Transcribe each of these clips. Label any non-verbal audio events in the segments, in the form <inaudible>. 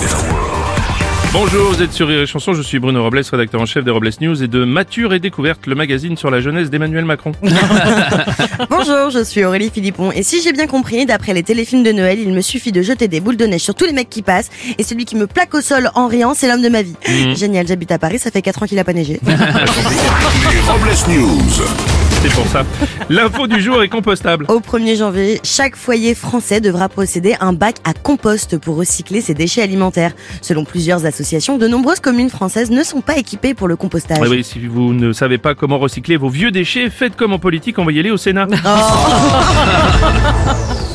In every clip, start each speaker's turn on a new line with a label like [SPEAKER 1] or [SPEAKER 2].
[SPEAKER 1] in a world.
[SPEAKER 2] Bonjour, vous êtes sur Rire et Chanson, je suis Bruno Robles, rédacteur en chef des Robles News et de Mature et Découverte, le magazine sur la jeunesse d'Emmanuel Macron. <laughs>
[SPEAKER 3] Bonjour, je suis Aurélie Philippon et si j'ai bien compris, d'après les téléfilms de Noël, il me suffit de jeter des boules de neige sur tous les mecs qui passent et celui qui me plaque au sol en riant, c'est l'homme de ma vie. Génial, j'habite à Paris, ça fait 4 ans qu'il a pas neigé. <laughs>
[SPEAKER 1] Les Robles News.
[SPEAKER 2] C'est pour ça. L'info du jour est compostable.
[SPEAKER 3] Au 1er janvier, chaque foyer français devra posséder un bac à compost pour recycler ses déchets alimentaires. Selon plusieurs associations, de nombreuses communes françaises ne sont pas équipées pour le compostage.
[SPEAKER 2] Eh oui, si vous ne savez pas comment recycler vos vieux déchets, faites comme en politique, envoyez-les au Sénat.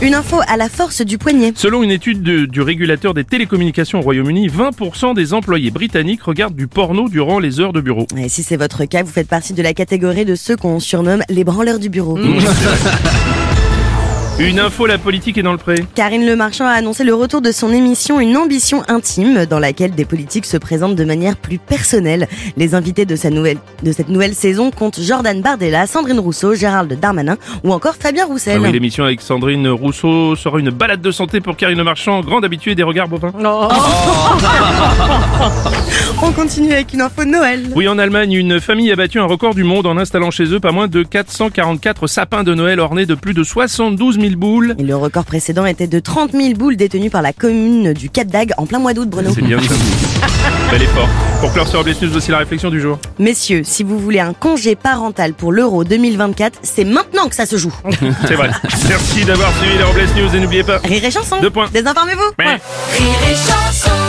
[SPEAKER 3] Une info à la force du poignet.
[SPEAKER 2] Selon une étude de- du régulateur des télécommunications au Royaume-Uni, 20% des employés britanniques regardent du porno durant les heures de bureau.
[SPEAKER 3] Et si c'est votre cas, vous faites partie de la catégorie de ceux qu'on surnomme les branleurs du bureau.
[SPEAKER 2] Mmh. Une info, la politique est dans le pré.
[SPEAKER 3] Karine Le Marchand a annoncé le retour de son émission Une ambition intime, dans laquelle des politiques se présentent de manière plus personnelle. Les invités de, sa nouvelle, de cette nouvelle saison comptent Jordan Bardella, Sandrine Rousseau, Gérald Darmanin ou encore Fabien
[SPEAKER 2] Ah
[SPEAKER 3] Roussel.
[SPEAKER 2] oui, l'émission avec Sandrine Rousseau sera une balade de santé pour Karine Marchand, grande habituée des regards bovins.
[SPEAKER 3] On continue avec une info de Noël.
[SPEAKER 2] Oui, en Allemagne, une famille a battu un record du monde en installant chez eux pas moins de 444 sapins de Noël ornés de plus de 72 000 boules.
[SPEAKER 3] Et le record précédent était de 30 000 boules détenues par la commune du Cap d'Agde en plein mois d'août, Bruno.
[SPEAKER 2] C'est bien ça. Bel effort. Pour clore sur Robles News, voici la réflexion du jour.
[SPEAKER 3] Messieurs, si vous voulez un congé parental pour l'Euro 2024, c'est maintenant que ça se joue.
[SPEAKER 2] <laughs> C'est vrai. Merci d'avoir suivi les Robles News et n'oubliez pas.
[SPEAKER 3] Rire et chanson.
[SPEAKER 2] Deux points.
[SPEAKER 3] Désinformez-vous.
[SPEAKER 2] Ouais.
[SPEAKER 4] Rire et chanson